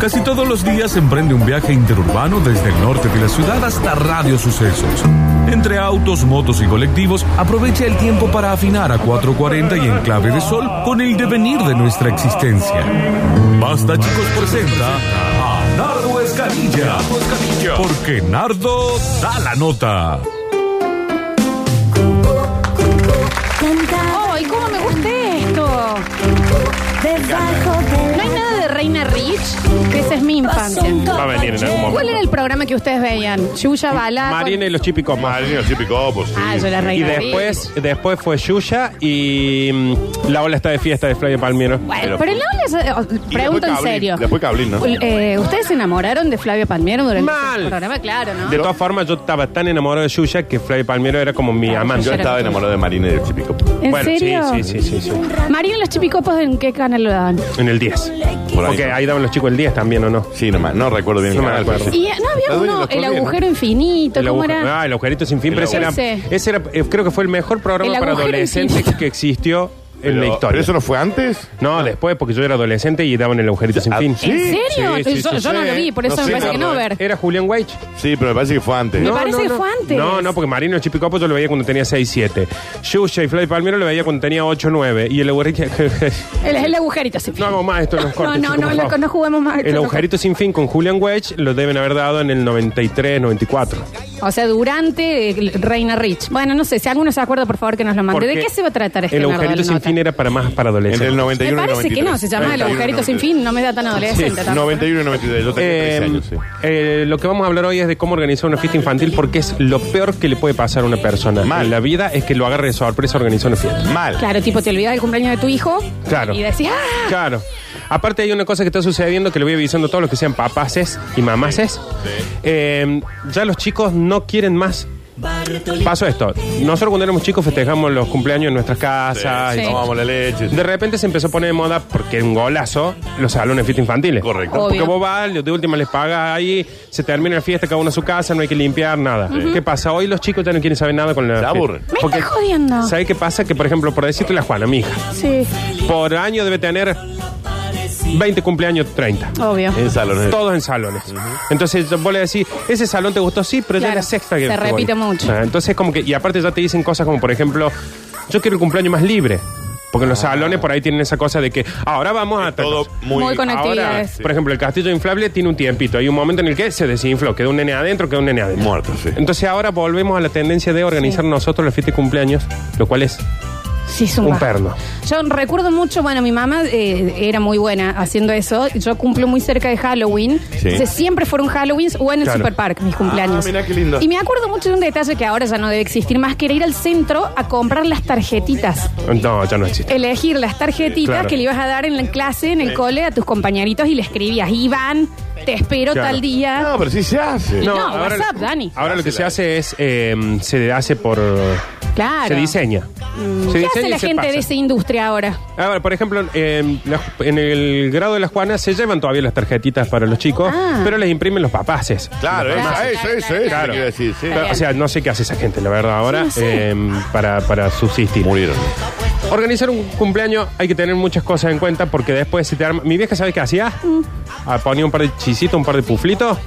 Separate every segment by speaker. Speaker 1: Casi todos los días emprende un viaje interurbano desde el norte de la ciudad hasta Radio Sucesos. Entre autos, motos y colectivos, aprovecha el tiempo para afinar a 440 y en clave de sol con el devenir de nuestra existencia. Basta chicos presenta a Nardo Escanilla, porque Nardo da la nota.
Speaker 2: Canta
Speaker 3: ¡Ay, Oh, cómo me gusta esto!
Speaker 4: Oh,
Speaker 2: debajo del
Speaker 3: ¿No hay nada de Reina Rich? Que esa es mi infancia.
Speaker 4: Va a venir en algún momento.
Speaker 3: ¿Cuál era el programa que ustedes veían? Yuya Bala.
Speaker 4: Marina y los chipicos
Speaker 5: Madre, los típicos, pues sí.
Speaker 3: Ah, yo la
Speaker 4: Y
Speaker 3: Reina
Speaker 4: después,
Speaker 3: Rich.
Speaker 4: después fue Yuya y mm, La Ola está de fiesta de Flavio Palmiero.
Speaker 3: Bueno, pero no les eh,
Speaker 5: Y
Speaker 3: pregunto en
Speaker 5: después Cablín,
Speaker 3: serio.
Speaker 5: Después Cablín, ¿no?
Speaker 3: Eh, ¿Ustedes se enamoraron de Flavio Palmiero durante
Speaker 4: Mal.
Speaker 3: el programa? Claro, ¿no?
Speaker 4: De todas formas, yo estaba tan enamorado de Yuya que Flavio Palmiero era como mi amante.
Speaker 5: Yo estaba enamorado de Marina y del típico.
Speaker 3: Ah, ¿En
Speaker 4: bueno,
Speaker 3: serio?
Speaker 4: Sí, sí, sí, sí, sí.
Speaker 3: Mario y los chipicopos, ¿en qué canal lo daban?
Speaker 4: En el 10.
Speaker 5: Por ahí.
Speaker 4: Porque ahí daban los chicos el 10 también, ¿o no?
Speaker 5: Sí, no, ma- no recuerdo bien
Speaker 4: No
Speaker 5: el
Speaker 4: me
Speaker 5: canal,
Speaker 4: acuerdo.
Speaker 5: pero sí.
Speaker 3: Y eh, no había
Speaker 5: La dueña
Speaker 3: uno,
Speaker 5: de
Speaker 3: el
Speaker 5: los
Speaker 3: agujero
Speaker 5: colores,
Speaker 3: infinito,
Speaker 4: El
Speaker 3: ¿cómo
Speaker 4: agujero-
Speaker 3: era?
Speaker 4: Ah, el agujerito sin fin,
Speaker 5: El
Speaker 4: pero ese era,
Speaker 3: agujero.
Speaker 4: ese era, eh, creo que fue el mejor programa
Speaker 3: El
Speaker 4: para
Speaker 3: agujero
Speaker 4: adolescentes
Speaker 3: infinito.
Speaker 4: que existió en
Speaker 5: Pero-
Speaker 4: la
Speaker 5: ¿Pero
Speaker 4: historia.
Speaker 5: eso no fue antes?
Speaker 4: No, después, porque yo era adolescente y daban el agujerito sin
Speaker 5: Ah,
Speaker 4: fin.
Speaker 5: ¿sí?
Speaker 3: ¿En serio?
Speaker 4: Sí, sí,
Speaker 3: yo
Speaker 4: sí,
Speaker 3: yo no
Speaker 4: sí.
Speaker 3: lo vi, por
Speaker 5: No
Speaker 3: eso me
Speaker 5: sé,
Speaker 3: parece que no
Speaker 5: Nardo,
Speaker 3: ver.
Speaker 4: Era Julian Weich.
Speaker 5: Sí, pero me parece que fue antes.
Speaker 3: No. parece que fue antes.
Speaker 4: No, no, porque Marino el Chipicopo yo lo veía cuando tenía 6, 7. Yuya y Flavio Palmiero lo veía cuando tenía 8, 9. Y el agujerito.
Speaker 3: El, el agujerito sin fin.
Speaker 4: no hago más esto, los
Speaker 3: No,
Speaker 4: cortes,
Speaker 3: no,
Speaker 4: chicos,
Speaker 3: no,
Speaker 4: por
Speaker 3: no,
Speaker 4: favor.
Speaker 3: no juguemos más. esto,
Speaker 4: El
Speaker 3: no
Speaker 4: agujerito sin fin con Julian Wedge lo deben haber dado en el 93, 94.
Speaker 3: O sea, durante eh, Reina Rich. Bueno, no sé, si alguno se acuerda, por favor, que nos lo mande. ¿De
Speaker 4: Porque
Speaker 3: qué se va a tratar este
Speaker 4: El
Speaker 3: Nardo de
Speaker 4: agujerito
Speaker 3: la
Speaker 4: sin
Speaker 3: nota?
Speaker 4: fin era para más para
Speaker 5: Entre el
Speaker 4: adolescentes.
Speaker 5: 91
Speaker 3: Me
Speaker 5: y el 93.
Speaker 3: parece que no, se llamaba el agujerito sin fin, no me da tan adolescente.
Speaker 5: Sí,
Speaker 3: tampoco.
Speaker 5: 91 y 93, yo tenía 13
Speaker 4: Eh,
Speaker 5: años, sí.
Speaker 4: eh, lo que vamos a hablar hoy es de cómo organizar una fiesta infantil porque es lo peor que le puede pasar a una persona
Speaker 5: Mal.
Speaker 4: en la vida es que lo agarre de sorpresa organizar una fiesta.
Speaker 5: Mal.
Speaker 3: Claro, tipo, te olvidas del cumpleaños de tu hijo
Speaker 4: Claro.
Speaker 3: y decís, ¡ah!
Speaker 4: Claro. Aparte hay una cosa que está sucediendo que le voy avisando a todos los que sean papaces y mamaces. Eh, ya los chicos no quieren más. Paso esto. Nosotros cuando éramos chicos festejamos los cumpleaños en nuestras casas.
Speaker 5: Sí,
Speaker 3: Sí.
Speaker 5: Tomamos la leche.
Speaker 4: De repente se empezó a poner de moda porque era un golazo los salones de fiesta infantiles.
Speaker 5: Correcto.
Speaker 3: Obvio.
Speaker 4: Porque vos vas, de última les pagas ahí, se termina la fiesta, cada uno a su casa, no hay que limpiar nada. ¿Qué pasa? Hoy los chicos ya no quieren saber nada con la.
Speaker 5: Se aburren.
Speaker 4: fiesta.
Speaker 3: Me
Speaker 4: Porque-
Speaker 3: estás
Speaker 5: Ah.
Speaker 3: jodiendo.
Speaker 4: ¿Sabés qué pasa? Que, por ejemplo, por decirte la Juana, mi hija,
Speaker 3: Sí,
Speaker 4: por año debe tener 20 cumpleaños, 30.
Speaker 3: obvio.
Speaker 5: En salones.
Speaker 4: Todos en salones. Entonces vos le decís, ese salón te gustó, sí, pero ya
Speaker 3: Claro,
Speaker 4: es la sexta que
Speaker 3: se
Speaker 4: que voy.
Speaker 3: repite mucho.
Speaker 4: Ah, entonces como que, y aparte ya te dicen cosas como, por ejemplo, yo quiero el cumpleaños más libre. Porque en los salones por ahí tienen esa cosa de que ahora vamos a...
Speaker 5: Ah. Todo muy...
Speaker 3: Muy, con
Speaker 4: Ahora,
Speaker 3: actividades.
Speaker 4: por ejemplo, el castillo inflable tiene un tiempito. Hay un momento en el que se desinfló, queda un nene adentro, queda un nene adentro.
Speaker 5: Muerto, sí.
Speaker 4: Entonces ahora volvemos a la tendencia de organizar nosotros la fiesta de cumpleaños, lo cual es
Speaker 3: Sí, es un,
Speaker 4: un
Speaker 3: bajo.
Speaker 4: perno.
Speaker 3: Yo recuerdo mucho, bueno, mi mamá eh, era muy buena haciendo eso. Yo cumplo muy cerca de Halloween.
Speaker 5: Sí.
Speaker 3: Entonces, siempre fueron Halloweens o en el
Speaker 4: Claro.
Speaker 3: Superpark, mis cumpleaños.
Speaker 5: Ah, mirá qué lindo.
Speaker 3: Y me acuerdo mucho de un detalle que ahora ya no debe existir más, que era ir al centro a comprar las tarjetitas.
Speaker 4: No, ya no existe.
Speaker 3: Elegir las tarjetitas
Speaker 4: Claro.
Speaker 3: que le ibas a dar en la clase, en el cole, a tus compañeritos y le escribías, Iván, te espero
Speaker 4: Claro.
Speaker 3: tal día.
Speaker 5: Ah, No, pero sí se hace.
Speaker 3: No, WhatsApp, Dani.
Speaker 4: Ahora lo que se hace es, eh, se hace por...
Speaker 3: Claro. Mm,
Speaker 4: Se diseña. Se
Speaker 3: ¿Qué
Speaker 4: diseña
Speaker 3: hace
Speaker 4: y
Speaker 3: la
Speaker 4: se
Speaker 3: gente
Speaker 4: pasa.
Speaker 3: de esa industria ahora?
Speaker 4: Ah, bueno, por ejemplo, en, la- en el grado de las Juanas se llevan todavía las tarjetitas para los chicos,
Speaker 3: Ah.
Speaker 4: pero les imprimen los papaces.
Speaker 5: Claro,
Speaker 3: Claro,
Speaker 5: eso,
Speaker 3: claro,
Speaker 5: eso,
Speaker 3: claro,
Speaker 5: eso, eso
Speaker 4: claro.
Speaker 5: quiero decir, sí.
Speaker 4: O sea, no sé qué hace esa gente, la verdad, ahora,
Speaker 3: Sí, no sé.
Speaker 4: em, para, para subsistir.
Speaker 5: Murieron.
Speaker 4: Organizar un cumpleaños hay que tener muchas cosas en cuenta porque después se te arma... Mi vieja, ¿sabes qué hacía?
Speaker 3: Mm.
Speaker 4: Ah, ponía un par de chisitos, un par de puflitos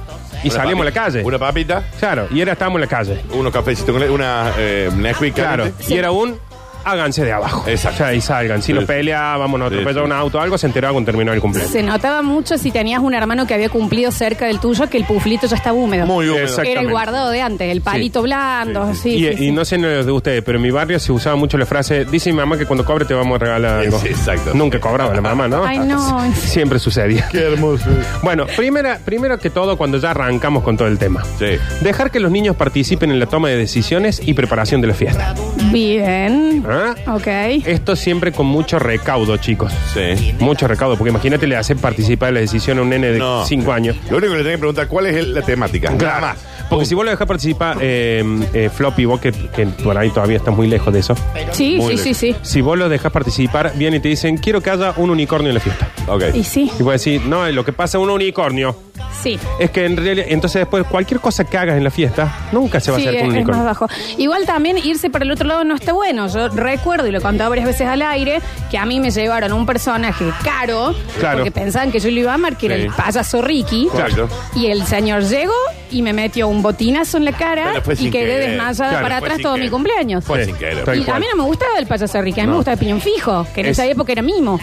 Speaker 4: y
Speaker 5: Una
Speaker 4: salíamos a la
Speaker 5: papi-
Speaker 4: calle.
Speaker 5: Una papita,
Speaker 4: Claro, y era, estábamos en la calle.
Speaker 5: unos cafecitos con leche, una eh, Nesquik.
Speaker 4: Claro,
Speaker 5: caliente.
Speaker 4: y era un háganse de abajo.
Speaker 5: Exacto.
Speaker 4: O sea, y salgan. Si
Speaker 5: Sí.
Speaker 4: nos peleábamos, nos
Speaker 5: Sí,
Speaker 4: atropellaba
Speaker 5: sí.
Speaker 4: un auto o algo, se enteraba cuando terminó el cumpleaños.
Speaker 3: Se notaba mucho si tenías un hermano que había cumplido cerca del tuyo que el puflito ya estaba húmedo.
Speaker 5: Muy húmedo.
Speaker 4: Exacto.
Speaker 3: Era el
Speaker 4: Exactamente.
Speaker 3: guardado de antes, el palito blando, sí.
Speaker 4: y,
Speaker 3: sí,
Speaker 4: y
Speaker 3: sí.
Speaker 4: no sé en los de ustedes, pero en mi barrio se usaba mucho la frase, dice mi mamá que cuando cobre te vamos a regalar algo.
Speaker 5: Sí, exacto.
Speaker 4: Nunca cobraba la mamá, ¿no?
Speaker 3: Ay, no.
Speaker 4: Siempre sucedía.
Speaker 5: Qué hermoso.
Speaker 4: Bueno, primera, primero que todo, cuando ya arrancamos con todo el tema.
Speaker 5: Sí.
Speaker 4: Dejar que los niños participen en la toma de decisiones y preparación de la fiesta.
Speaker 3: Bien.
Speaker 4: ¿Ah?
Speaker 3: Ok.
Speaker 4: Esto siempre con mucho recaudo, chicos.
Speaker 5: Sí.
Speaker 4: Mucho recaudo, porque imagínate le hacen participar de la decisión a un nene de
Speaker 5: No.
Speaker 4: 5 años.
Speaker 5: Lo único que le tengo que preguntar, ¿cuál es el- la temática? Nada
Speaker 4: Claro.
Speaker 5: más.
Speaker 4: Porque si vos lo dejás participar, eh, eh, Floppy, vos que, que por ahí todavía estás muy lejos de eso.
Speaker 3: Sí,
Speaker 5: Muy
Speaker 3: sí, sí, sí.
Speaker 4: Si vos lo dejás participar, vienen y te dicen, quiero que haya un unicornio en la fiesta.
Speaker 5: Ok.
Speaker 3: Y sí.
Speaker 4: Y vos decís, no, lo que pasa es un unicornio.
Speaker 3: Sí.
Speaker 4: Es que en realidad, entonces después cualquier cosa que hagas en la fiesta, nunca se va
Speaker 3: Sí,
Speaker 4: a hacer con un
Speaker 3: es, es
Speaker 4: unicornio.
Speaker 3: más bajo. Igual también irse para el otro lado no está bueno. Yo recuerdo, y lo he contado varias veces al aire, que a mí me llevaron un personaje caro,
Speaker 4: Claro.
Speaker 3: porque pensaban que yo lo iba a amar, que era
Speaker 5: Sí.
Speaker 3: el payaso Ricky.
Speaker 5: Correcto.
Speaker 3: Y el señor llegó y me metió un botinazo en la cara
Speaker 5: Pero fue
Speaker 3: y
Speaker 5: sin
Speaker 3: quedé
Speaker 5: querer.
Speaker 3: desmayada
Speaker 5: Claro,
Speaker 3: para
Speaker 5: fue
Speaker 3: atrás
Speaker 5: sin
Speaker 3: todo
Speaker 5: querer.
Speaker 3: mi cumpleaños.
Speaker 5: Fue
Speaker 4: Sí.
Speaker 5: sin querer.
Speaker 4: Tal
Speaker 3: Y a
Speaker 4: cual.
Speaker 3: mí no me gustaba el payaso Ricky, a mí me
Speaker 4: No.
Speaker 3: gustaba el piñón fijo, que en
Speaker 4: Es-
Speaker 3: esa época era mimo.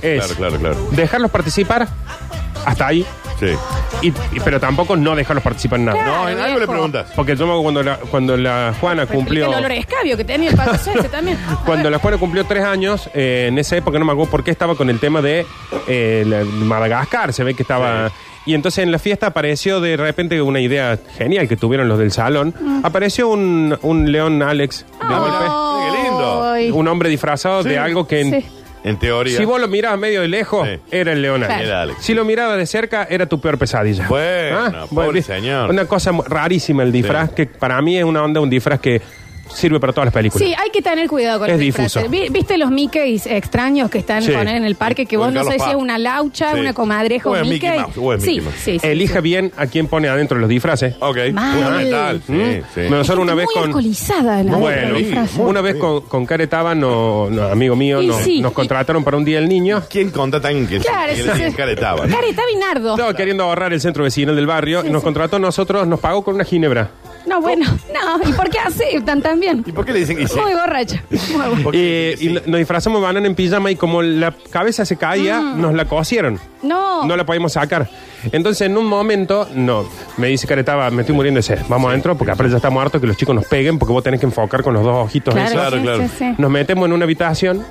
Speaker 5: Claro,
Speaker 4: es
Speaker 5: claro, claro, claro.
Speaker 4: Dejarlos participar hasta ahí,
Speaker 5: Sí.
Speaker 4: y- y- pero tampoco no dejarlos participar en nada.
Speaker 3: Claro.
Speaker 5: No, en algo le
Speaker 3: viejo.
Speaker 5: preguntas.
Speaker 4: Porque yo me acuerdo cuando la, cuando la Juana
Speaker 3: Pero explica
Speaker 4: cumplió.
Speaker 3: El olor a escabio que tenía el payaso ese también. A
Speaker 4: Cuando
Speaker 3: ver.
Speaker 4: la Juana cumplió tres años, eh, en esa época no me acuerdo por qué estaba con el tema de eh, la- Madagascar, se ve que estaba... Y entonces en la fiesta apareció de repente una idea genial que tuvieron los del salón. Apareció un, un león Alex de
Speaker 5: Ay, qué lindo.
Speaker 3: Ay.
Speaker 4: golpe, un hombre disfrazado
Speaker 5: Sí.
Speaker 4: de algo que...
Speaker 3: Sí.
Speaker 5: En teoría.
Speaker 4: Si vos lo mirabas medio de lejos,
Speaker 5: Sí.
Speaker 4: era el león Alex.
Speaker 5: Era Alex.
Speaker 4: Si lo mirabas de cerca, era tu peor pesadilla. ¿Ah?
Speaker 5: Bueno, pobre señor.
Speaker 4: Una cosa mu- rarísima el disfraz,
Speaker 5: Sí.
Speaker 4: que para mí es una onda, un disfraz que sirve para todas las películas.
Speaker 3: Sí, hay que tener cuidado con
Speaker 4: Es
Speaker 3: los disfraces.
Speaker 4: difuso.
Speaker 3: Vi- ¿Viste los Mickeys extraños que están
Speaker 4: Sí.
Speaker 3: con él en el parque? Que
Speaker 5: O
Speaker 3: vos
Speaker 5: el
Speaker 3: no
Speaker 5: Carlos
Speaker 3: sabés si
Speaker 5: Paz.
Speaker 3: es una laucha,
Speaker 5: Sí.
Speaker 3: una comadreja,
Speaker 5: O
Speaker 3: un
Speaker 5: el Mickey
Speaker 3: Mickey.
Speaker 5: Mouse, o el
Speaker 3: sí,
Speaker 5: Mickey Mouse.
Speaker 3: sí, sí,
Speaker 4: Elija bien a quién pone adentro los disfraces.
Speaker 5: Ok.
Speaker 3: Mal.
Speaker 5: Fundamental. Sí,
Speaker 4: ¿Mm?
Speaker 5: sí.
Speaker 4: Nosotros una
Speaker 3: Muy
Speaker 4: vez con.
Speaker 3: alcoholizada la
Speaker 4: Bueno,
Speaker 3: la frase.
Speaker 5: muy
Speaker 4: una vez
Speaker 5: bien.
Speaker 4: con, con Caretaba, no, no, amigo mío,
Speaker 3: Y
Speaker 4: no-
Speaker 3: sí, Oh.
Speaker 4: nos
Speaker 3: y-
Speaker 4: contrataron para un día el niño.
Speaker 5: ¿Quién contrata a alguien que
Speaker 3: Claro,
Speaker 5: que
Speaker 3: sí,
Speaker 5: le
Speaker 3: sí.
Speaker 5: diga encaretaba? ¿no?
Speaker 3: Cara, está Binardo.
Speaker 4: Estaba queriendo ahorrar el centro vecinal del barrio y nos contrató a nosotros, nos pagó con una ginebra.
Speaker 3: No, bueno, no. ¿Y por qué hace tan tan bien?
Speaker 5: ¿Y por qué le dicen que sí?
Speaker 3: Muy borracha. Muy borracha.
Speaker 5: ¿Por qué
Speaker 4: Eh,
Speaker 5: dicen
Speaker 4: y
Speaker 5: que
Speaker 4: no- nos disfrazamos de banana en pijama y como la cabeza se caía, nos la cosieron.
Speaker 3: Mm. No.
Speaker 4: No la podíamos sacar. Entonces, en un momento, no, me dice Caretaba, me estoy muriendo de sed. Vamos adentro porque aparte ya está muerto que los chicos nos peguen porque vos tenés que enfocar con los dos ojitos
Speaker 3: Claro,
Speaker 4: esos.
Speaker 5: Claro,
Speaker 3: sí,
Speaker 5: claro.
Speaker 3: sí, sí.
Speaker 4: Nos metemos en una habitación.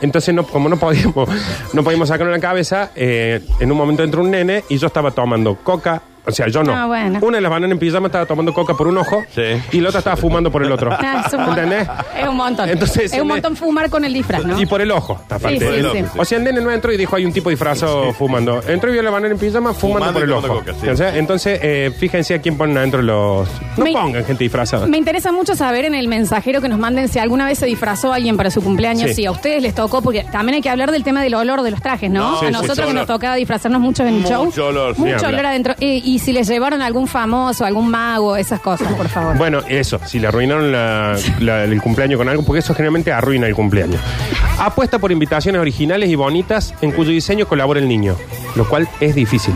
Speaker 4: Entonces, no, como no podíamos, no podíamos sacar una cabeza, eh, en un momento entró un nene y yo estaba tomando coca. O sea, yo no.
Speaker 3: Ah, bueno.
Speaker 4: Una de las bananas en pijama estaba tomando coca por un ojo
Speaker 5: Sí.
Speaker 4: y la otra estaba fumando por el otro.
Speaker 3: Ah, es un montón.
Speaker 4: ¿Entendés?
Speaker 3: Es un montón.
Speaker 4: Entonces,
Speaker 3: es un
Speaker 4: le-
Speaker 3: montón fumar con el disfraz, ¿no?
Speaker 4: Y por el ojo, aparte.
Speaker 3: Sí, sí,
Speaker 5: Por el ojo,
Speaker 3: sí.
Speaker 5: sí.
Speaker 4: O sea, el nene no entró y dijo, hay un tipo disfrazado fumando. Entró y vio la banana en pijama
Speaker 5: Fumando
Speaker 4: fumando, por
Speaker 5: y
Speaker 4: el
Speaker 5: tomando
Speaker 4: ojo.
Speaker 5: coca, sí.
Speaker 4: Entonces, entonces, eh, fíjense a quién ponen adentro los... No
Speaker 3: Me-
Speaker 4: pongan gente disfrazada.
Speaker 3: Me interesa mucho saber en el mensajero que nos manden si alguna vez se disfrazó alguien para su cumpleaños,
Speaker 4: Sí.
Speaker 3: si a ustedes les tocó, porque también hay que hablar del tema del olor de los trajes, ¿no?
Speaker 5: No,
Speaker 3: a
Speaker 5: sí,
Speaker 3: nosotros
Speaker 5: sí,
Speaker 3: que
Speaker 5: sí,
Speaker 3: nos
Speaker 5: olor.
Speaker 3: tocaba disfrazarnos mucho en el
Speaker 5: Mucho
Speaker 3: show.
Speaker 5: olor, sí,
Speaker 3: mucho
Speaker 4: habla.
Speaker 3: olor adentro. Eh, y si les llevaron algún famoso, algún mago, esas cosas, por favor.
Speaker 4: Bueno, eso, si le arruinaron la- la- el cumpleaños con algo, porque eso generalmente arruina el cumpleaños. Apuesta por invitaciones originales y bonitas en cuyo diseño colabora el niño, lo cual es difícil.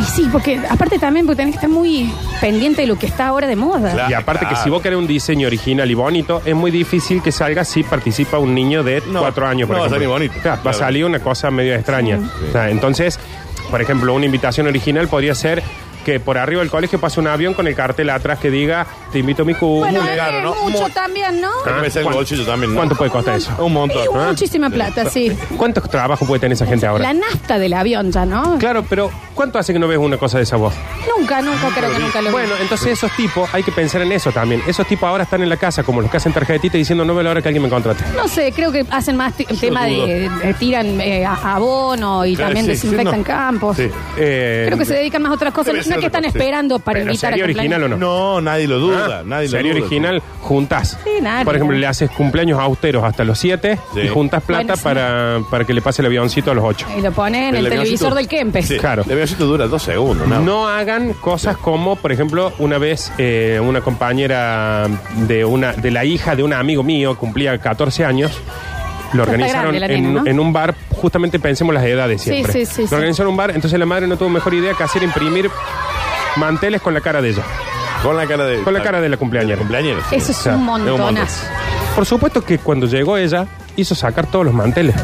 Speaker 3: Y sí, porque aparte también porque tenés que estar muy pendiente de lo que está ahora de moda.
Speaker 5: Claro.
Speaker 4: Y aparte que
Speaker 5: claro.
Speaker 4: si vos querés un diseño original y bonito, es muy difícil que salga si participa un niño de
Speaker 5: No,
Speaker 4: cuatro años. por
Speaker 5: no va a
Speaker 4: ejemplo.
Speaker 5: salir bonito.
Speaker 4: Claro, Va a
Speaker 5: Claro.
Speaker 4: salir una cosa medio extraña. O sea, entonces, por ejemplo, una invitación original podría ser que por arriba del colegio pase un avión con el cartel atrás que diga, te invito a mi cubo.
Speaker 3: bueno, eh,
Speaker 5: muy
Speaker 3: es
Speaker 5: caro, ¿no?
Speaker 3: mucho
Speaker 5: Muy-
Speaker 3: también, ¿no?
Speaker 5: Hay que pensar en el
Speaker 4: ¿Cuánto-
Speaker 5: bolsillo también. ¿no?
Speaker 4: Ah, ¿Cuánto puede costar eso?
Speaker 5: Un montón. ¿eh?
Speaker 3: Y muchísima plata, sí.
Speaker 4: ¿Cuánto trabajo puede tener esa gente
Speaker 3: La
Speaker 4: ahora?
Speaker 3: nafta del avión ya, ¿no?
Speaker 4: Claro, pero ¿cuánto hace que no ves una cosa de esa voz?
Speaker 3: Nunca, nunca,
Speaker 5: Ah,
Speaker 3: creo que nunca lo vi.
Speaker 4: Bueno, entonces esos tipos, hay que pensar en eso también. Esos tipos ahora están en la casa, como los que hacen tarjetita, diciendo no veo la hora que alguien me contrate.
Speaker 3: No sé, creo que hacen más t- tema
Speaker 5: dudo.
Speaker 3: de, de- tiran eh, a- abono y
Speaker 5: Claro,
Speaker 3: también
Speaker 5: sí, sí,
Speaker 3: desinfectan
Speaker 5: no.
Speaker 3: campos.
Speaker 5: Sí.
Speaker 4: Eh,
Speaker 3: Creo que se dedican más a otras cosas.
Speaker 5: Debe
Speaker 3: No es
Speaker 5: ser
Speaker 3: que están
Speaker 5: otra cosa, sí.
Speaker 3: esperando para
Speaker 4: Pero
Speaker 3: invitar
Speaker 4: ¿sería
Speaker 3: a
Speaker 4: original o no?
Speaker 5: No, nadie lo duda.
Speaker 4: Ah,
Speaker 5: Nadie lo
Speaker 4: sería
Speaker 5: duda.
Speaker 4: original, juntás.
Speaker 3: Sí, nada,
Speaker 4: Por ejemplo,
Speaker 3: nada.
Speaker 4: le haces cumpleaños austeros hasta los 7
Speaker 5: Sí.
Speaker 4: y juntas plata
Speaker 3: Bueno, sí.
Speaker 4: para, para que le pase el avioncito a los 8.
Speaker 3: Y Eh, lo ponen en el,
Speaker 5: avioncito-
Speaker 3: televisor del Kempes.
Speaker 5: Sí,
Speaker 4: Claro.
Speaker 5: El avioncito dura dos segundos, ¿no?
Speaker 4: No hagan cosas como, por ejemplo, una vez eh, una compañera de una de la hija de un amigo mío cumplía 14 años. Lo
Speaker 3: Ya está
Speaker 4: organizaron
Speaker 3: grande la
Speaker 4: en,
Speaker 3: nena, ¿no?
Speaker 4: en un bar, justamente pensemos las edades
Speaker 3: Sí,
Speaker 4: siempre.
Speaker 3: sí, sí,
Speaker 4: lo
Speaker 3: sí.
Speaker 4: organizaron en un bar, entonces la madre no tuvo mejor idea que hacer imprimir manteles con la cara de ella,
Speaker 5: Con la cara de. Ah,
Speaker 4: con la cara de la cumpleañera.
Speaker 5: Cumpleañero. sí.
Speaker 3: Eso es
Speaker 4: Claro,
Speaker 3: un
Speaker 4: es un
Speaker 3: montonazo.
Speaker 4: Por supuesto que cuando llegó ella, hizo sacar todos los manteles.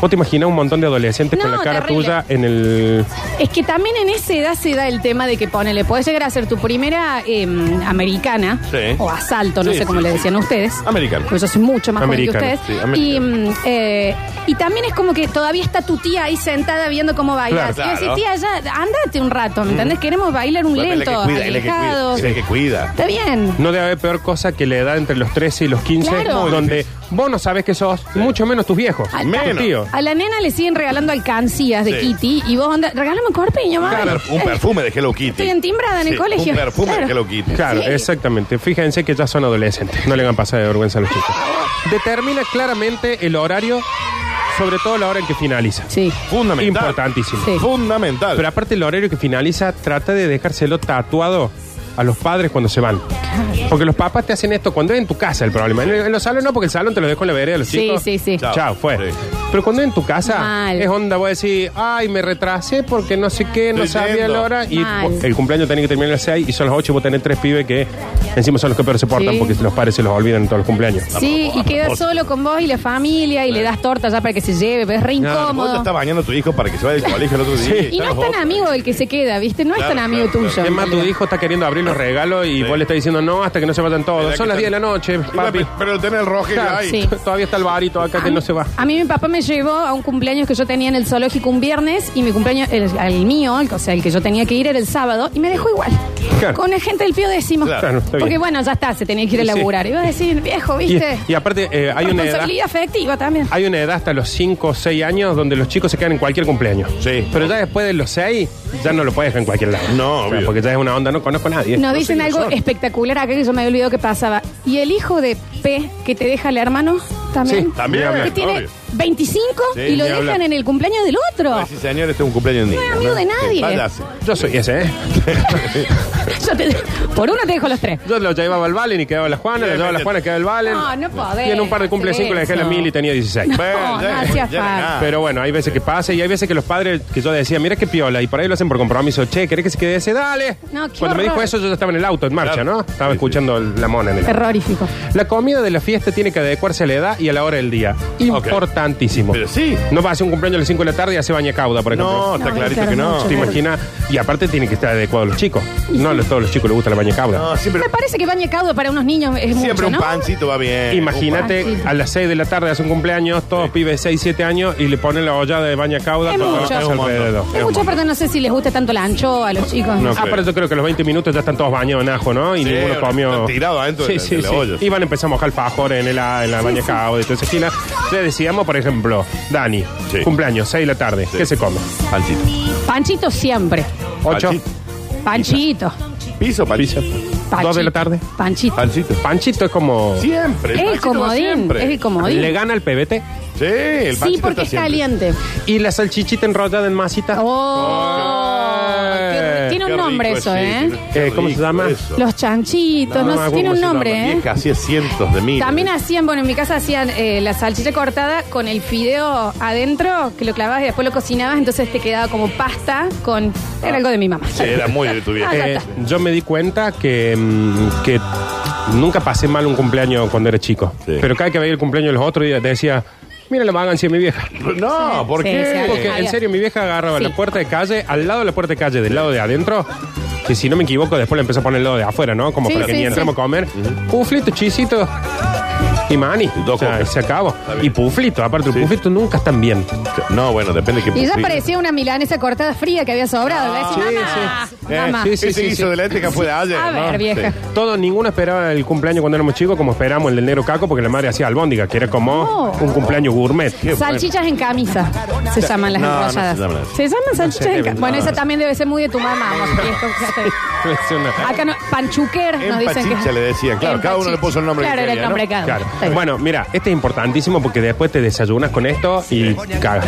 Speaker 4: ¿Vos te imaginas un montón de adolescentes con
Speaker 3: No,
Speaker 4: la cara
Speaker 3: terrible.
Speaker 4: tuya en el...
Speaker 3: Es que también en esa edad se da el tema de que ponele, podés llegar a ser tu primera eh, americana
Speaker 5: Sí.
Speaker 3: o asalto, no
Speaker 5: Sí,
Speaker 3: sé cómo
Speaker 5: sí,
Speaker 3: le
Speaker 5: sí.
Speaker 3: decían a ustedes.
Speaker 5: Americana.
Speaker 3: Pues yo soy mucho más joven que
Speaker 4: Americana,
Speaker 3: ustedes.
Speaker 5: sí, americana.
Speaker 3: y, mm, eh, y también es como que todavía está tu tía ahí sentada viendo cómo bailas.
Speaker 5: Claro,
Speaker 3: y decís,
Speaker 5: claro. Mm.
Speaker 3: tía, ya, andate un rato, ¿me entendés? Queremos bailar un
Speaker 5: Bueno, es la
Speaker 3: lento,
Speaker 5: que cuida, es la que cuida,
Speaker 3: alejado.
Speaker 5: es la que cuida.
Speaker 3: Está bien.
Speaker 4: No debe haber peor cosa que la edad entre los 13 y los 15,
Speaker 3: Claro. Muy
Speaker 4: donde vos no sabés que sos, mucho menos tus viejos.
Speaker 3: Al-
Speaker 4: Menos. Tío.
Speaker 3: A la nena le siguen regalando alcancías de
Speaker 5: Sí.
Speaker 3: Kitty y vos andás, regálame un corpiño, mamá.
Speaker 5: Un per- Un perfume de Hello Kitty.
Speaker 3: Estoy entimbrada en el
Speaker 5: Sí,
Speaker 3: colegio.
Speaker 5: Un perfume
Speaker 3: Claro.
Speaker 5: de Hello Kitty.
Speaker 4: Claro,
Speaker 3: Sí.
Speaker 4: exactamente. Fíjense que ya son adolescentes. No le hagan pasar de vergüenza a los chicos. Determina claramente el horario sobre todo la hora en que finaliza.
Speaker 3: Sí.
Speaker 5: Fundamental.
Speaker 4: Importantísimo.
Speaker 3: Sí.
Speaker 5: Fundamental.
Speaker 4: Pero aparte el horario que finaliza, trata de dejárselo tatuado a los padres cuando se van. Porque los papás te hacen esto cuando es en tu casa el problema. En, en los salones no, porque el salón te lo dejo en la vereda de los
Speaker 3: Sí,
Speaker 4: chicos.
Speaker 3: sí, sí.
Speaker 4: Chao, Chao, fue.
Speaker 5: Sí.
Speaker 4: Pero cuando es en tu casa,
Speaker 3: Mal.
Speaker 4: es onda, voy a decir, ay, me retrasé porque no sé qué, no
Speaker 5: Estoy
Speaker 4: sabía
Speaker 5: yendo.
Speaker 4: la hora. Y
Speaker 3: Mal.
Speaker 4: vos- el cumpleaños tenés que terminar a las 6 y son las 8 y vos tenés tres pibes que encima son los que peor se portan
Speaker 3: Sí.
Speaker 4: porque los padres se los olvidan en todos los cumpleaños.
Speaker 3: Sí, y queda solo con vos y la familia y le das torta ya para que se lleve, pero es re
Speaker 5: Vos te
Speaker 3: incómodo.
Speaker 5: estás bañando a tu hijo para que se vaya del colegio el otro día.
Speaker 4: Sí.
Speaker 3: Y no
Speaker 5: están
Speaker 3: es
Speaker 5: los
Speaker 3: tan
Speaker 5: otros.
Speaker 3: amigo el que se queda, ¿viste? No es
Speaker 5: Claro,
Speaker 3: tan amigo
Speaker 5: claro,
Speaker 3: tuyo.
Speaker 5: claro.
Speaker 4: Es más, tu hijo está queriendo abrir los regalos y
Speaker 5: Sí.
Speaker 4: vos le estás diciendo no hasta que no se vayan todos.
Speaker 5: Mira
Speaker 4: Son
Speaker 5: que
Speaker 4: las 10 de
Speaker 5: está-
Speaker 4: la noche, papi.
Speaker 5: Pero lo tenés el rojo y
Speaker 4: Claro,
Speaker 5: ahí.
Speaker 3: sí. Ah,
Speaker 4: Todavía está el barito acá que no se va.
Speaker 3: A mí mi papá me llevó a un cumpleaños que yo tenía en el zoológico un viernes y mi cumpleaños, el, el mío, el- o sea, el que yo tenía que ir era el sábado y me dejó igual.
Speaker 4: Claro.
Speaker 3: Con la gente del pío décimo.
Speaker 5: Claro,
Speaker 4: Claro, está bien.
Speaker 3: Porque bueno, ya está, se tenía que ir a
Speaker 4: Sí, sí.
Speaker 3: laburar. Iba a decir, viejo,
Speaker 4: Y,
Speaker 3: ¿viste?
Speaker 4: y aparte, eh, hay una edad.
Speaker 3: Responsabilidad afectiva también.
Speaker 4: Hay una edad hasta los 5 o 6 años donde los chicos se quedan en cualquier cumpleaños.
Speaker 5: Sí.
Speaker 4: Pero ya después de los 6, ya no lo puedes dejar en cualquier lado.
Speaker 5: No,
Speaker 4: O sea,
Speaker 5: obvio.
Speaker 4: Porque ya es una onda, no conozco a nadie.
Speaker 3: Nos dicen
Speaker 5: sí,
Speaker 3: algo
Speaker 5: razón.
Speaker 3: espectacular acá que yo me había olvidado que pasaba. Y el hijo de P que te deja el hermano también.
Speaker 4: Sí,
Speaker 5: también,
Speaker 3: Que tiene
Speaker 5: obvio.
Speaker 3: 25
Speaker 5: Sí,
Speaker 3: y lo
Speaker 5: ni
Speaker 3: dejan
Speaker 5: hablar.
Speaker 3: en el cumpleaños del otro.
Speaker 5: Sí, señor, este es un cumpleaños de niño.
Speaker 3: es amigo de nadie.
Speaker 5: Váyase.
Speaker 4: Yo soy ese, ¿eh?
Speaker 3: Yo te- por una te dejo los tres.
Speaker 4: Yo lo llevaba al Valen y quedaba la Juana, lo llevaba a la Juana y quedaba el Valen.
Speaker 3: Ah, No, no podés
Speaker 4: Y en un par de cumple
Speaker 3: hacer
Speaker 4: 5 le dejé la
Speaker 3: eso.
Speaker 4: mil y tenía 16.
Speaker 3: No, no hacía
Speaker 5: ya era
Speaker 3: falta.
Speaker 5: nada.
Speaker 4: Pero bueno, hay veces que pasa y hay veces que los padres que yo decía, mira qué piola, y por ahí lo hacen por compromiso, che, ¿querés que se quede ese? Dale.
Speaker 3: No, qué
Speaker 4: Cuando me dijo
Speaker 3: horror.
Speaker 4: eso, yo ya estaba en el auto, en marcha,
Speaker 5: Claro.
Speaker 4: ¿no? Estaba
Speaker 5: Sí,
Speaker 4: escuchando la mona en el auto.
Speaker 3: Terrorífico.
Speaker 4: La comida de la fiesta tiene que adecuarse a la edad y a la hora del día. Importantísimo.
Speaker 5: Pero sí.
Speaker 4: No va a hacer un cumpleaños a las 5 de la tarde y hace baña cauda, por ejemplo.
Speaker 5: No, está
Speaker 3: No,
Speaker 5: clarito
Speaker 3: claro,
Speaker 5: que no.
Speaker 3: mucho.
Speaker 4: ¿Te imaginas? Y aparte tiene que estar adecuado a los chicos. No a los- todos los chicos les gusta la baña cauda.
Speaker 5: No, siempre,
Speaker 3: Me parece que baño caudo para unos niños es
Speaker 5: siempre
Speaker 3: mucho,
Speaker 5: un
Speaker 3: ¿no?
Speaker 5: pancito va bien.
Speaker 4: Imagínate
Speaker 3: Upa.
Speaker 4: a las 6 de la tarde hace un cumpleaños, todos pibes de 6, 7 años y le ponen la olla de baña cauda
Speaker 3: Es
Speaker 4: con
Speaker 3: mucho.
Speaker 4: todos
Speaker 5: Es un montón.
Speaker 4: alrededor.
Speaker 3: Hay muchas personas, no sé si les gusta tanto la anchoa a los chicos.
Speaker 5: No.
Speaker 4: Ah, pero yo creo que a los 20 minutos ya están todos bañados en ajo, ¿no? Y
Speaker 5: Sí,
Speaker 4: ninguno comió.
Speaker 5: están tirados adentro de- de la olla.
Speaker 4: Y van a empezar a mojar alfajores en, el- en la baña cauda y toda esa esquina. Le decíamos, por ejemplo, Dani,
Speaker 5: Sí.
Speaker 4: cumpleaños, 6 de la tarde.
Speaker 5: Sí.
Speaker 4: ¿Qué se come?
Speaker 5: Upa. Pancito.
Speaker 3: Panchito siempre.
Speaker 4: 8,
Speaker 5: Panchito.
Speaker 3: Panchito.
Speaker 5: Piso, palillo.
Speaker 4: 2 de la tarde.
Speaker 3: Panchito.
Speaker 5: Pancito.
Speaker 4: Panchito es como.
Speaker 5: Siempre.
Speaker 3: Es el
Speaker 5: pancito va
Speaker 3: comodín.
Speaker 5: siempre.
Speaker 3: Es el comodín.
Speaker 4: Le gana el PBT.
Speaker 5: Sí, el
Speaker 3: sí,
Speaker 5: pancito
Speaker 3: porque es
Speaker 5: está siempre.
Speaker 3: caliente.
Speaker 4: Y la salchichita enrollada en masita.
Speaker 3: Oh, qué- tiene un
Speaker 5: Qué
Speaker 3: nombre
Speaker 5: rico,
Speaker 3: eso,
Speaker 5: sí,
Speaker 3: ¿eh?
Speaker 5: tiene- qué
Speaker 4: Eh, ¿cómo se
Speaker 5: rico
Speaker 4: llama?
Speaker 5: eso.
Speaker 3: Los chanchitos,
Speaker 4: No,
Speaker 3: no,
Speaker 4: no,
Speaker 3: sé,
Speaker 4: ¿cómo
Speaker 3: tiene un
Speaker 4: se llama?
Speaker 3: nombre, ¿eh?
Speaker 5: Vieja, hacía cientos de miles.
Speaker 3: También hacían, bueno, en mi casa hacían eh, la salchicha cortada con el fideo adentro, que lo clavabas y después lo cocinabas, entonces te quedaba como pasta con... Era algo de mi mamá.
Speaker 5: Ah. Sí, era muy de tu vieja.
Speaker 3: Ah, ya
Speaker 4: Eh,
Speaker 3: está.
Speaker 4: yo me di cuenta que, mm, que nunca pasé mal un cumpleaños cuando era chico.
Speaker 5: Sí.
Speaker 4: Pero cada vez que veía el cumpleaños de los otros, yo decía, mira la vagancia de mi vieja.
Speaker 5: No, ¿por
Speaker 3: Sí, sí,
Speaker 5: qué?
Speaker 3: algo
Speaker 4: Porque en
Speaker 3: Javier.
Speaker 4: serio, mi vieja agarraba
Speaker 3: Sí.
Speaker 4: la puerta de calle, al lado de la puerta de calle, del lado de adentro, que si no me equivoco, después le empezó a poner el lado de afuera, ¿no? Como
Speaker 3: Sí,
Speaker 4: para que
Speaker 3: sí,
Speaker 4: ni
Speaker 3: sí.
Speaker 4: entremos a comer. Puflito, chisito. Y mani.
Speaker 5: Y dos
Speaker 4: O sea,
Speaker 5: copias.
Speaker 4: se acabó.
Speaker 5: Está bien.
Speaker 4: Y puflito, aparte,
Speaker 5: Sí.
Speaker 4: el puflito nunca están bien.
Speaker 5: No, bueno, depende de qué
Speaker 3: Y ya
Speaker 5: perfil.
Speaker 3: parecía una milanesa cortada fría que había sobrado. Le decía,
Speaker 4: sí,
Speaker 3: mamá,
Speaker 4: sí.
Speaker 5: Ah, Eh,
Speaker 3: mamá.
Speaker 4: sí,
Speaker 5: Ese guiso de la ética fue de ayer.
Speaker 3: A ver,
Speaker 5: ¿no?
Speaker 3: vieja.
Speaker 5: Sí.
Speaker 4: Todo, ninguno esperaba el cumpleaños cuando éramos chicos como esperamos el del negro caco porque la madre hacía albóndiga, que era como
Speaker 3: No.
Speaker 4: un cumpleaños gourmet.
Speaker 3: Salchichas en camisa se llaman las
Speaker 5: No, no
Speaker 3: enrolladas.
Speaker 5: se llaman así.
Speaker 3: se llaman salchichas en camisa.
Speaker 4: no.
Speaker 3: Bueno, esa también debe ser muy de tu mamá. vos, que esto-
Speaker 4: Es una-
Speaker 3: Acá no, panchuquer nos dicen
Speaker 5: Empachicha
Speaker 3: que.
Speaker 5: le decían, claro, cada uno le puso el nombre que
Speaker 3: Claro, era el
Speaker 5: quería,
Speaker 3: nombre de
Speaker 5: ¿no?
Speaker 3: cada uno.
Speaker 4: Claro.
Speaker 3: Está bien.
Speaker 4: Bueno, mira, este es importantísimo porque después te desayunas con esto y cagas.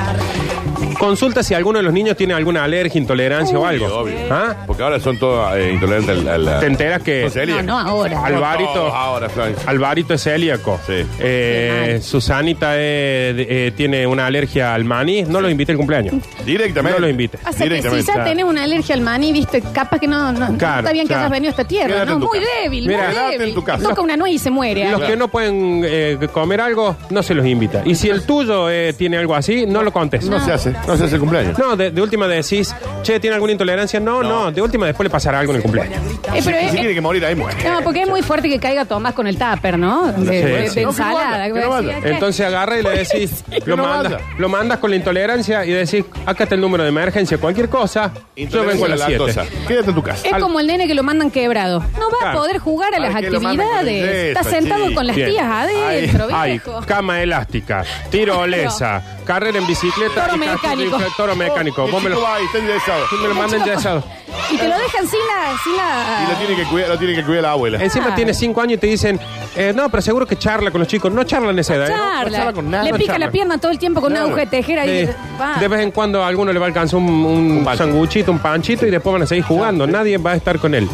Speaker 4: Consulta si alguno de los niños tiene alguna alergia, intolerancia o algo.
Speaker 5: obvio.
Speaker 4: ¿Ah?
Speaker 5: Porque ahora son todos eh, intolerantes al... al- al-
Speaker 4: Te enteras que
Speaker 5: No sé, Elia.
Speaker 3: No, no ahora.
Speaker 4: Al- Alvarito.
Speaker 5: Todos Ahora, Frank.
Speaker 4: Alvarito es celíaco.
Speaker 5: Sí.
Speaker 4: Eh,
Speaker 3: Qué mal.
Speaker 4: Susanita eh, de- eh, tiene una alergia al maní. No lo invite al cumpleaños.
Speaker 5: Directamente.
Speaker 4: No lo invites.
Speaker 3: O sea que si
Speaker 5: Directamente.
Speaker 3: ya tenés una alergia al maní, viste, capaz que no, no, no
Speaker 4: Claro,
Speaker 3: está bien que
Speaker 4: claro.
Speaker 3: hayas venido a esta tierra,
Speaker 5: Quédate
Speaker 3: ¿no?
Speaker 5: en tu
Speaker 3: Muy
Speaker 5: casa.
Speaker 3: débil,
Speaker 4: Mira,
Speaker 3: muy
Speaker 5: quédate
Speaker 3: débil.
Speaker 5: en tu casa.
Speaker 3: Toca una nuez y se muere.
Speaker 4: Los
Speaker 3: ¿eh?
Speaker 4: que no pueden eh, comer algo, no se los invita. Y si el tuyo eh, tiene algo así, no lo contes.
Speaker 5: No se hace. No se hace el cumpleaños.
Speaker 4: No, de, de última decís, che, ¿tiene alguna intolerancia? No, no, de última después le pasará algo en el cumpleaños.
Speaker 3: Eh, pero
Speaker 5: Y
Speaker 3: es-
Speaker 5: si tiene que morir ahí, muere.
Speaker 3: no, porque es muy fuerte que caiga Tomás con el tupper, ¿no? De, de- de
Speaker 4: Sí.
Speaker 3: ensalada.
Speaker 5: Que no vaya, que no vaya.
Speaker 3: ¿Qué?
Speaker 4: Entonces agarra y le
Speaker 3: pues,
Speaker 4: decís, lo,
Speaker 5: No
Speaker 4: manda,
Speaker 5: vaya.
Speaker 4: lo mandas con la intolerancia y decís, acá está el número de emergencia, cualquier cosa,
Speaker 3: eh,
Speaker 4: yo vengo a las 7.
Speaker 5: cosa. Quédate en tu casa.
Speaker 3: Es
Speaker 4: Al-
Speaker 3: como el nene que lo mandan quebrado. No va
Speaker 4: Claro.
Speaker 3: a poder jugar a
Speaker 5: Ay,
Speaker 3: las
Speaker 5: que lo mandan con el
Speaker 3: actividades.
Speaker 5: yeso,
Speaker 3: Está sentado
Speaker 5: sí.
Speaker 3: con las
Speaker 4: Bien.
Speaker 3: tías adentro,
Speaker 4: Hay, hay
Speaker 3: viejo.
Speaker 4: cama elástica, tirolesa, Carrera en bicicleta.
Speaker 3: Toro
Speaker 4: y casco
Speaker 3: mecánico.
Speaker 4: de- Toro mecánico.
Speaker 5: El
Speaker 4: Vos me
Speaker 5: chico
Speaker 4: lo,
Speaker 5: va y está enderezado.
Speaker 4: tú me lo mandan ya asado.
Speaker 3: Y te lo dejan sin la. Sin
Speaker 5: Y lo
Speaker 3: la
Speaker 5: tiene que cuidar, lo tiene que cuidar la abuela.
Speaker 4: Encima
Speaker 3: Claro.
Speaker 4: tiene cinco años y te dicen, eh, no, pero seguro que charla con los chicos. No charlan en esa edad. ¿eh? No, no
Speaker 3: charla.
Speaker 4: charla con nada,
Speaker 3: Le
Speaker 4: no
Speaker 3: pica
Speaker 4: charla.
Speaker 3: la pierna todo el tiempo con
Speaker 4: Claro.
Speaker 3: una aguja de tejera y
Speaker 4: Sí.
Speaker 3: va.
Speaker 4: De vez en cuando a alguno le va a alcanzar un, un sanguchito, un panchito y después van a seguir jugando. Nadie va a estar con él.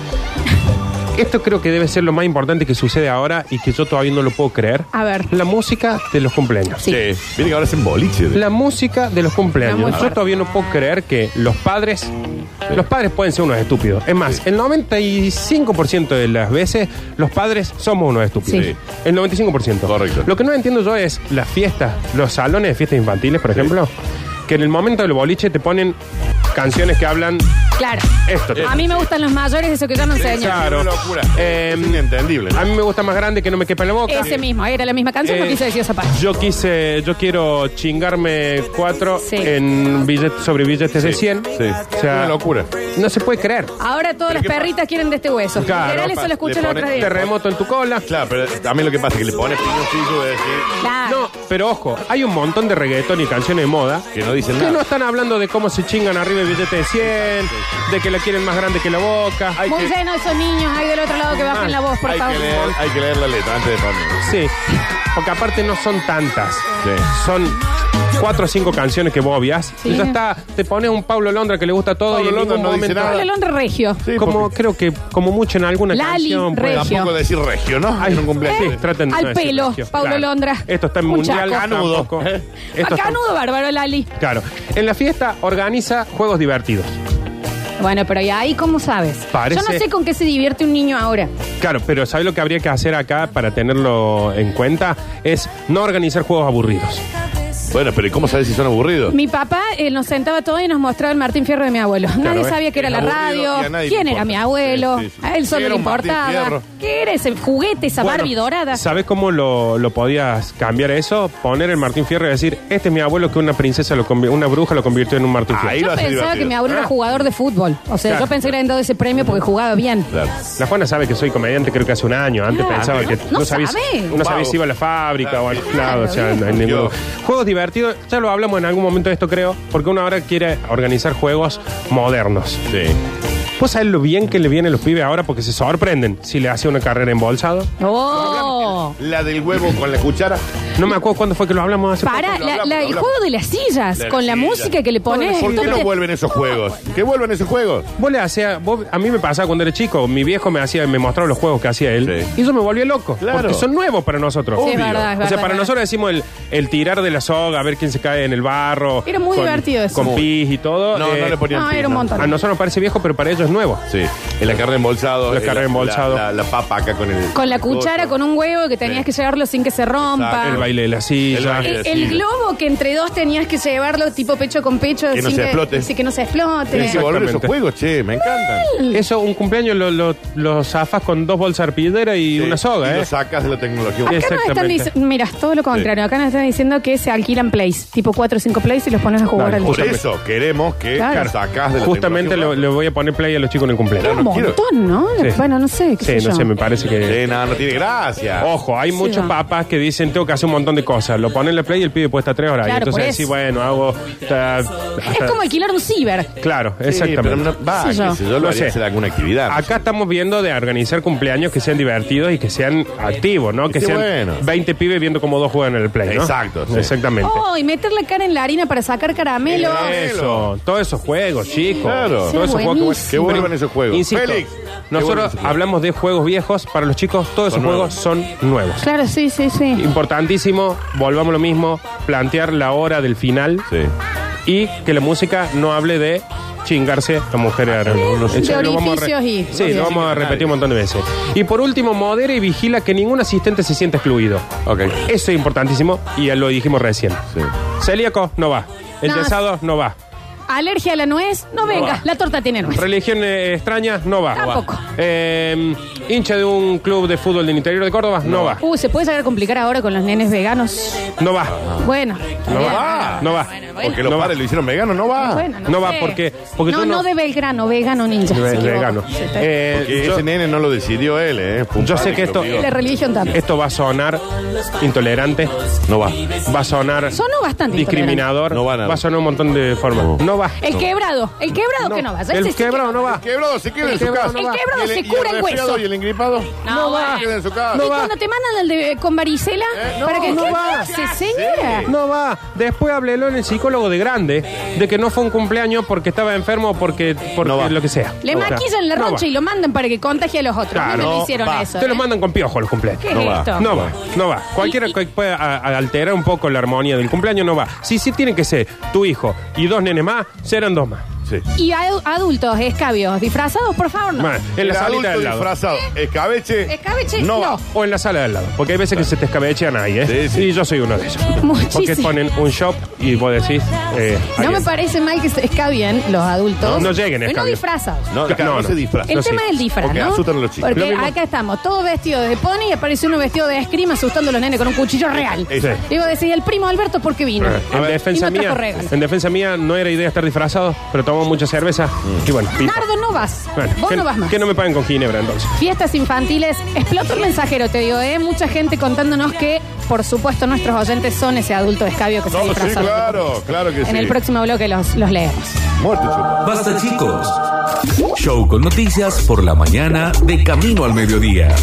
Speaker 4: Esto creo que debe ser lo más importante que sucede ahora y que yo todavía no lo puedo creer.
Speaker 3: A ver.
Speaker 4: La música de los cumpleaños.
Speaker 3: Sí.
Speaker 5: Sí. Viene que ahora hacen boliche.
Speaker 4: La música de los
Speaker 3: Está muy
Speaker 4: cumpleaños. Yo
Speaker 3: fuerte.
Speaker 4: todavía no puedo creer que los padres. Los padres pueden ser unos estúpidos. Es más, el 95% de las veces los padres somos unos estúpidos.
Speaker 3: Sí.
Speaker 4: El 95%.
Speaker 5: Correcto.
Speaker 4: Lo que no entiendo yo es las fiestas, los salones de fiestas infantiles, por ejemplo, que en el momento del boliche te ponen canciones que hablan
Speaker 3: Claro.
Speaker 4: esto.
Speaker 3: A mí me gustan los mayores, eso que llaman señor.
Speaker 4: Claro.
Speaker 5: Es una locura.
Speaker 4: Eh,
Speaker 5: es inentendible. ¿no?
Speaker 4: A mí me gusta más grande que no me quepa en la boca.
Speaker 3: Ese mismo, era la misma canción,
Speaker 4: Eh,
Speaker 3: no quise decir esa parte.
Speaker 4: Yo quise, yo quiero chingarme cuatro
Speaker 3: Sí.
Speaker 4: en billet- sobre billetes de 100.
Speaker 5: Sí.
Speaker 4: O
Speaker 5: Es una
Speaker 4: sea,
Speaker 5: locura.
Speaker 4: no se puede creer.
Speaker 3: Ahora todas las
Speaker 5: ¿qué pasa?
Speaker 3: perritas quieren de este hueso.
Speaker 4: Claro,
Speaker 3: Literal, eso
Speaker 5: pa-
Speaker 3: lo escuché
Speaker 5: le
Speaker 3: la
Speaker 5: pone
Speaker 3: otra vez.
Speaker 4: Terremoto en tu cola.
Speaker 5: Claro, pero también lo que pasa es que le pones piñón fijo de decir
Speaker 3: Claro.
Speaker 4: No, pero ojo, hay un montón de reggaeton y canciones de moda
Speaker 5: que no dicen
Speaker 4: que no
Speaker 5: nada.
Speaker 4: están hablando de cómo se chingan arriba el billete de 100, de que la quieren más grande que la boca. Hay
Speaker 3: Muy
Speaker 4: que- Ah,
Speaker 3: lleno esos niños ahí del otro lado que bajen la voz, por
Speaker 5: hay,
Speaker 3: favor.
Speaker 5: que leer, hay que leer la letra antes de poner.
Speaker 4: Sí, porque aparte no son tantas.
Speaker 5: Sí.
Speaker 4: Son cuatro o cinco canciones que vos obvias.
Speaker 3: Sí.
Speaker 4: Y ya está, te pones un Pablo Londra que le gusta todo
Speaker 5: Pablo
Speaker 4: y en
Speaker 5: Londra
Speaker 4: ningún
Speaker 5: no dice
Speaker 4: momento-
Speaker 5: nada.
Speaker 3: El Londra Regio.
Speaker 5: Sí,
Speaker 4: como
Speaker 5: porque
Speaker 4: creo que como mucho en alguna
Speaker 3: Lali,
Speaker 4: canción
Speaker 3: re-
Speaker 4: puede-
Speaker 3: regio.
Speaker 5: Tampoco decir regio, ¿no?
Speaker 4: Ay,
Speaker 5: Hay un cumpleaños.
Speaker 4: sí, traten de
Speaker 3: Al
Speaker 4: no decir
Speaker 3: pelo,
Speaker 4: regio,
Speaker 3: Pablo Londra.
Speaker 4: Esto está en
Speaker 3: Un
Speaker 4: mundial.
Speaker 3: chaco.
Speaker 5: Canudo.
Speaker 4: tampoco.
Speaker 5: ¿Eh?
Speaker 4: Esto está-
Speaker 3: Acá nudo bárbaro Lali.
Speaker 4: claro. En la fiesta organiza juegos divertidos.
Speaker 3: Bueno, pero ¿y ahí cómo sabes?
Speaker 4: Parece-
Speaker 3: Yo no sé con qué se divierte un niño ahora.
Speaker 4: Claro, pero ¿sabes lo que habría que hacer acá para tenerlo en cuenta? Es no organizar juegos aburridos.
Speaker 5: Bueno, pero ¿y ¿cómo sabes si son aburridos?
Speaker 3: Mi papá eh, nos sentaba todo y nos mostraba el Martín Fierro de mi abuelo. nadie
Speaker 4: ¿eh?
Speaker 3: sabía que era la
Speaker 5: Aburrido y a
Speaker 3: radio,
Speaker 5: nadie
Speaker 3: quién
Speaker 5: le
Speaker 3: era
Speaker 5: importa.
Speaker 3: mi abuelo,
Speaker 5: Sí, sí, sí.
Speaker 3: a él solo
Speaker 5: Era
Speaker 3: le
Speaker 5: un Martín
Speaker 3: importaba.
Speaker 5: Fierro.
Speaker 3: ¿Qué era ese juguete, esa Barbie dorada?
Speaker 4: ¿Sabes cómo lo, lo podías cambiar eso? Poner el Martín Fierro y decir, este es mi abuelo que una princesa, lo convi- una bruja lo convirtió en un Martín Fierro.
Speaker 5: Ahí
Speaker 3: Yo
Speaker 5: lo hace
Speaker 3: pensaba
Speaker 5: divertido. Ah.
Speaker 3: que mi abuelo era jugador de fútbol. O sea,
Speaker 4: Claro.
Speaker 3: yo pensé que le habían dado ese premio porque jugaba bien.
Speaker 5: Claro.
Speaker 4: La Juana sabe que soy comediante, creo que hace un año. Antes
Speaker 3: Claro,
Speaker 4: pensaba
Speaker 3: no-
Speaker 4: que
Speaker 3: no
Speaker 4: sabía,
Speaker 3: sabe.
Speaker 4: no sabía si iba a la fábrica
Speaker 5: Claro.
Speaker 4: o al lado. o sea,
Speaker 3: Claro,
Speaker 4: no hay
Speaker 5: viejo.
Speaker 4: ninguno. Juegos divertidos, ya lo hablamos en algún momento de esto, creo, porque uno ahora quiere organizar juegos modernos.
Speaker 5: Sí.
Speaker 4: ¿Vos sabés lo bien que le vienen los pibes ahora? Porque se sorprenden si le hace una carrera embolsado.
Speaker 3: ¡Oh!
Speaker 5: La del huevo con la cuchara.
Speaker 4: No me acuerdo cuándo fue que lo hablamos hace
Speaker 3: Para,
Speaker 5: lo
Speaker 3: la- la-
Speaker 5: hablamos, lo
Speaker 3: el
Speaker 5: hablamos.
Speaker 3: juego de las sillas,
Speaker 5: La
Speaker 3: con la
Speaker 5: silla.
Speaker 3: música que le pones.
Speaker 5: ¿Por qué no
Speaker 3: Entonces-
Speaker 5: vuelven esos juegos? ¿Qué vuelven esos juegos?
Speaker 4: Vos le hacías, vos- a mí me pasaba cuando era chico, mi viejo me hacía, me mostraba los juegos que hacía él.
Speaker 5: Sí.
Speaker 4: Y eso me volvió loco.
Speaker 5: Claro.
Speaker 4: Porque son nuevos para nosotros.
Speaker 3: Sí, es
Speaker 5: Obvio.
Speaker 3: verdad, es
Speaker 4: O sea,
Speaker 3: verdad,
Speaker 4: para
Speaker 3: es
Speaker 4: nosotros decimos el, el tirar de la soga, a ver quién se cae en el barro.
Speaker 3: Era muy
Speaker 4: con-
Speaker 3: divertido eso.
Speaker 4: Con pis y todo.
Speaker 5: No,
Speaker 4: Eh,
Speaker 5: no le ponían
Speaker 3: no,
Speaker 5: pin,
Speaker 3: era un
Speaker 5: no.
Speaker 3: montón.
Speaker 4: A nosotros nos parece viejo, pero para ellos es nuevo.
Speaker 5: Sí. En la carne embolsado.
Speaker 4: La
Speaker 5: en
Speaker 4: carne embolsado.
Speaker 5: La, la papa acá con el.
Speaker 3: Con la cuchara,
Speaker 5: el-
Speaker 3: con un huevo que tenías
Speaker 5: Sí.
Speaker 3: que llevarlo sin que se rompa.
Speaker 5: Exacto.
Speaker 4: El baile de la
Speaker 5: El
Speaker 4: silla.
Speaker 5: baile de
Speaker 3: El,
Speaker 5: la silla.
Speaker 3: el globo que entre dos tenías que llevarlo tipo pecho con pecho.
Speaker 5: Que no
Speaker 3: sin
Speaker 5: se explote.
Speaker 3: Sí, que no se explote.
Speaker 5: Tienen que volver esos
Speaker 4: Exactamente.
Speaker 5: juegos, che, me encantan.
Speaker 4: Eso, un cumpleaños lo, lo- lo zafas con dos bolsas arpillera y
Speaker 5: Sí.
Speaker 4: una soga,
Speaker 5: Y
Speaker 4: ¿eh?
Speaker 5: lo sacas de la tecnología.
Speaker 4: Sí.
Speaker 3: Acá nos están
Speaker 4: Exactamente.
Speaker 3: diciendo, mira, es todo lo contrario. Acá nos están diciendo que se alquilan plays, tipo 4 o 5 plays y los pones a jugar
Speaker 4: Dale,
Speaker 3: al
Speaker 5: Por
Speaker 3: día.
Speaker 5: eso queremos que
Speaker 3: Claro.
Speaker 5: sacas de la
Speaker 4: Justamente
Speaker 5: tecnología.
Speaker 4: lo- le voy a poner play a los chicos en el
Speaker 3: Era
Speaker 4: cumpleaños.
Speaker 3: un
Speaker 5: no quiero.
Speaker 3: montón, ¿no?
Speaker 4: Sí.
Speaker 3: Bueno, no sé, qué
Speaker 4: Sí,
Speaker 3: sé
Speaker 4: no
Speaker 3: yo.
Speaker 4: sé, me parece que.
Speaker 5: Sí, nada, no tiene gracia.
Speaker 4: eh, Ojo, hay
Speaker 3: Sí,
Speaker 4: muchos
Speaker 3: va.
Speaker 4: papas que dicen tengo que hacer un montón de cosas. Lo ponen en la play y el pibe puesta tres horas.
Speaker 3: Claro,
Speaker 4: y
Speaker 3: por
Speaker 4: entonces
Speaker 3: eso.
Speaker 4: sí, bueno, hago. ta-
Speaker 3: Es
Speaker 4: hasta-
Speaker 3: como alquilar un ciber.
Speaker 4: Claro,
Speaker 5: Sí,
Speaker 4: exactamente.
Speaker 5: pero no- va,
Speaker 3: Sí,
Speaker 5: qué
Speaker 3: yo.
Speaker 5: sé yo,
Speaker 4: No
Speaker 5: lo haría
Speaker 4: sé.
Speaker 5: hacer alguna actividad.
Speaker 4: Acá estamos viendo de organizar cumpleaños que sean divertidos y que sean activos, ¿no? Que
Speaker 5: Sí,
Speaker 4: sean
Speaker 5: bueno.
Speaker 4: 20 pibes viendo cómo dos juegan en el play, ¿no?
Speaker 5: Exacto, sí.
Speaker 4: Exactamente.
Speaker 3: Oh, y meter la cara en la harina para sacar caramelo.
Speaker 4: Eso, todos esos juegos, chicos.
Speaker 5: Claro.
Speaker 4: Todos esos juegos
Speaker 3: buenísimo.
Speaker 5: Que vuelvan esos juegos.
Speaker 4: Insisto,
Speaker 5: Félix, que vuelvan
Speaker 4: nosotros
Speaker 5: esos juegos.
Speaker 4: hablamos de juegos viejos, para los chicos todos
Speaker 5: Son
Speaker 4: esos juegos son nuevos.
Speaker 3: Claro, sí, sí, sí.
Speaker 4: Importantísimo, volvamos a lo mismo, plantear la hora del final
Speaker 5: Sí.
Speaker 4: y que la música no hable de chingarse a
Speaker 5: Ah,
Speaker 4: mujeres
Speaker 3: De
Speaker 4: a
Speaker 3: orificios
Speaker 4: re-
Speaker 3: y-
Speaker 4: Sí, lo vamos a repetir un montón de veces. Y por último, modera y vigila que ningún asistente se sienta excluido.
Speaker 5: Ok.
Speaker 4: Eso es importantísimo y ya lo dijimos recién.
Speaker 5: Sí.
Speaker 4: Celíaco no va. El
Speaker 3: No.
Speaker 4: yesado no va.
Speaker 3: Alergia a la nuez, no venga,
Speaker 4: va.
Speaker 3: la torta tiene nuez.
Speaker 4: Religión eh, extraña no va.
Speaker 3: Tampoco.
Speaker 4: Eh, hincha de un club de fútbol del interior de Córdoba, no va.
Speaker 3: Uh, se puede llegar a complicar ahora con los nenes veganos.
Speaker 4: No va.
Speaker 3: Bueno.
Speaker 4: No
Speaker 3: bien.
Speaker 4: va. No va.
Speaker 5: Ah. Porque los
Speaker 4: No va.
Speaker 5: padres lo hicieron vegano, no va.
Speaker 3: Bueno,
Speaker 4: No va, porque- porque
Speaker 3: no,
Speaker 4: tú
Speaker 3: no,
Speaker 4: no-
Speaker 3: de Belgrano, vegano ninja.
Speaker 4: Ve-
Speaker 3: se equivocó.
Speaker 4: Vegano.
Speaker 3: Sí, está bien.
Speaker 4: Eh,
Speaker 5: Porque
Speaker 4: yo-
Speaker 5: ese nene no lo decidió él, ¿eh? Fue un
Speaker 4: Yo sé
Speaker 5: padre
Speaker 4: que esto-
Speaker 5: lo vio.
Speaker 3: la religión también.
Speaker 4: esto va a sonar intolerante,
Speaker 5: No va.
Speaker 4: va a sonar
Speaker 3: Sonó bastante
Speaker 4: discriminador,
Speaker 5: No va nada.
Speaker 4: a sonar un montón de formas.
Speaker 5: No.
Speaker 4: No va.
Speaker 3: El quebrado, el quebrado que no va. ya
Speaker 4: El
Speaker 3: sé, sí que
Speaker 4: quebrado no va.
Speaker 5: Quebrado, se queda en
Speaker 3: El
Speaker 5: su
Speaker 3: quebrado
Speaker 5: casa.
Speaker 3: no va. El quebrado
Speaker 5: ¿Y
Speaker 3: se cura el
Speaker 5: resfriado
Speaker 3: hueso.
Speaker 5: ¿Y el engripado?
Speaker 3: No va.
Speaker 5: Se queda en su casa.
Speaker 4: No
Speaker 3: y
Speaker 4: va.
Speaker 3: cuando te mandan al de, con varicela,
Speaker 5: Eh, no,
Speaker 3: para que
Speaker 4: no
Speaker 3: ¿Qué
Speaker 4: va.
Speaker 3: hace, señora?
Speaker 4: No va. Después hablelo en el psicólogo de grande de que no fue un cumpleaños porque estaba enfermo o porque, porque
Speaker 5: No va.
Speaker 4: lo que sea.
Speaker 3: Le
Speaker 4: No va.
Speaker 3: maquillan la
Speaker 4: No
Speaker 3: roncha
Speaker 4: va.
Speaker 3: y lo mandan para que contagie a los otros.
Speaker 4: Claro,
Speaker 3: no me
Speaker 4: no
Speaker 3: hicieron
Speaker 5: va.
Speaker 3: eso.
Speaker 4: Te lo
Speaker 3: ¿eh?
Speaker 4: mandan con piojo los cumpleaños.
Speaker 3: ¿Qué es
Speaker 5: No va.
Speaker 3: esto?
Speaker 4: No va, no va. Cualquiera
Speaker 3: Y- y-
Speaker 4: que pueda a- a- alterar un poco la armonía del cumpleaños no va. Sí, sí tiene que ser tu hijo y dos nenes más, serán dos más.
Speaker 5: Sí.
Speaker 3: Y adu- adultos, escabios, disfrazados, por favor, no.
Speaker 4: Más, en
Speaker 5: el
Speaker 4: la salita
Speaker 5: adulto
Speaker 4: del lado.
Speaker 5: disfrazado. Escabeche.
Speaker 3: Escabeche,
Speaker 5: No. va.
Speaker 3: no.
Speaker 4: O en la sala del lado. Porque hay veces que se te escabechan ahí, ¿eh?
Speaker 5: Sí, sí.
Speaker 4: Y yo soy uno de ellos.
Speaker 3: Muchísimo.
Speaker 4: Porque ponen un shop y vos decís. eh,
Speaker 3: No
Speaker 4: ahí
Speaker 3: me
Speaker 4: es.
Speaker 3: parece mal que se escabien los adultos.
Speaker 4: No, no
Speaker 3: pero
Speaker 4: lleguen
Speaker 3: No
Speaker 4: escabios.
Speaker 3: disfrazados.
Speaker 5: No,
Speaker 4: No,
Speaker 5: no,
Speaker 4: no.
Speaker 5: se disfraza.
Speaker 3: El
Speaker 4: No,
Speaker 3: tema
Speaker 4: sí. Ah,
Speaker 3: del disfraz,
Speaker 5: Porque
Speaker 3: ¿no?
Speaker 5: asustan a los chicos.
Speaker 4: Lo
Speaker 3: Porque
Speaker 4: mismo.
Speaker 3: acá estamos, todos vestidos de pony y aparece uno vestido de esgrima asustando a los nenes con un cuchillo real.
Speaker 5: Sí.
Speaker 3: Digo, decía el primo Alberto, ¿por qué vino?
Speaker 4: Eh, En defensa,
Speaker 3: y no trajo
Speaker 4: mía,
Speaker 3: regalo.
Speaker 4: en defensa mía no era idea estar disfrazado, pero tomamos mucha cerveza
Speaker 5: Mm.
Speaker 4: y bueno, pinta.
Speaker 3: Nardo, no vas.
Speaker 4: Bueno,
Speaker 3: Vos
Speaker 4: que,
Speaker 3: no vas más.
Speaker 4: que no me paguen con ginebra entonces.
Speaker 3: Fiestas infantiles, explotó el mensajero, te digo, ¿eh? Mucha gente contándonos que, por supuesto, nuestros oyentes son ese adulto escabio que se
Speaker 5: No,
Speaker 3: disfraza.
Speaker 5: sí, claro, claro que sí.
Speaker 3: En el próximo bloque los, los leemos.
Speaker 5: Muerte, chupa.
Speaker 1: Basta chicos. Show con noticias por la mañana de camino al mediodía.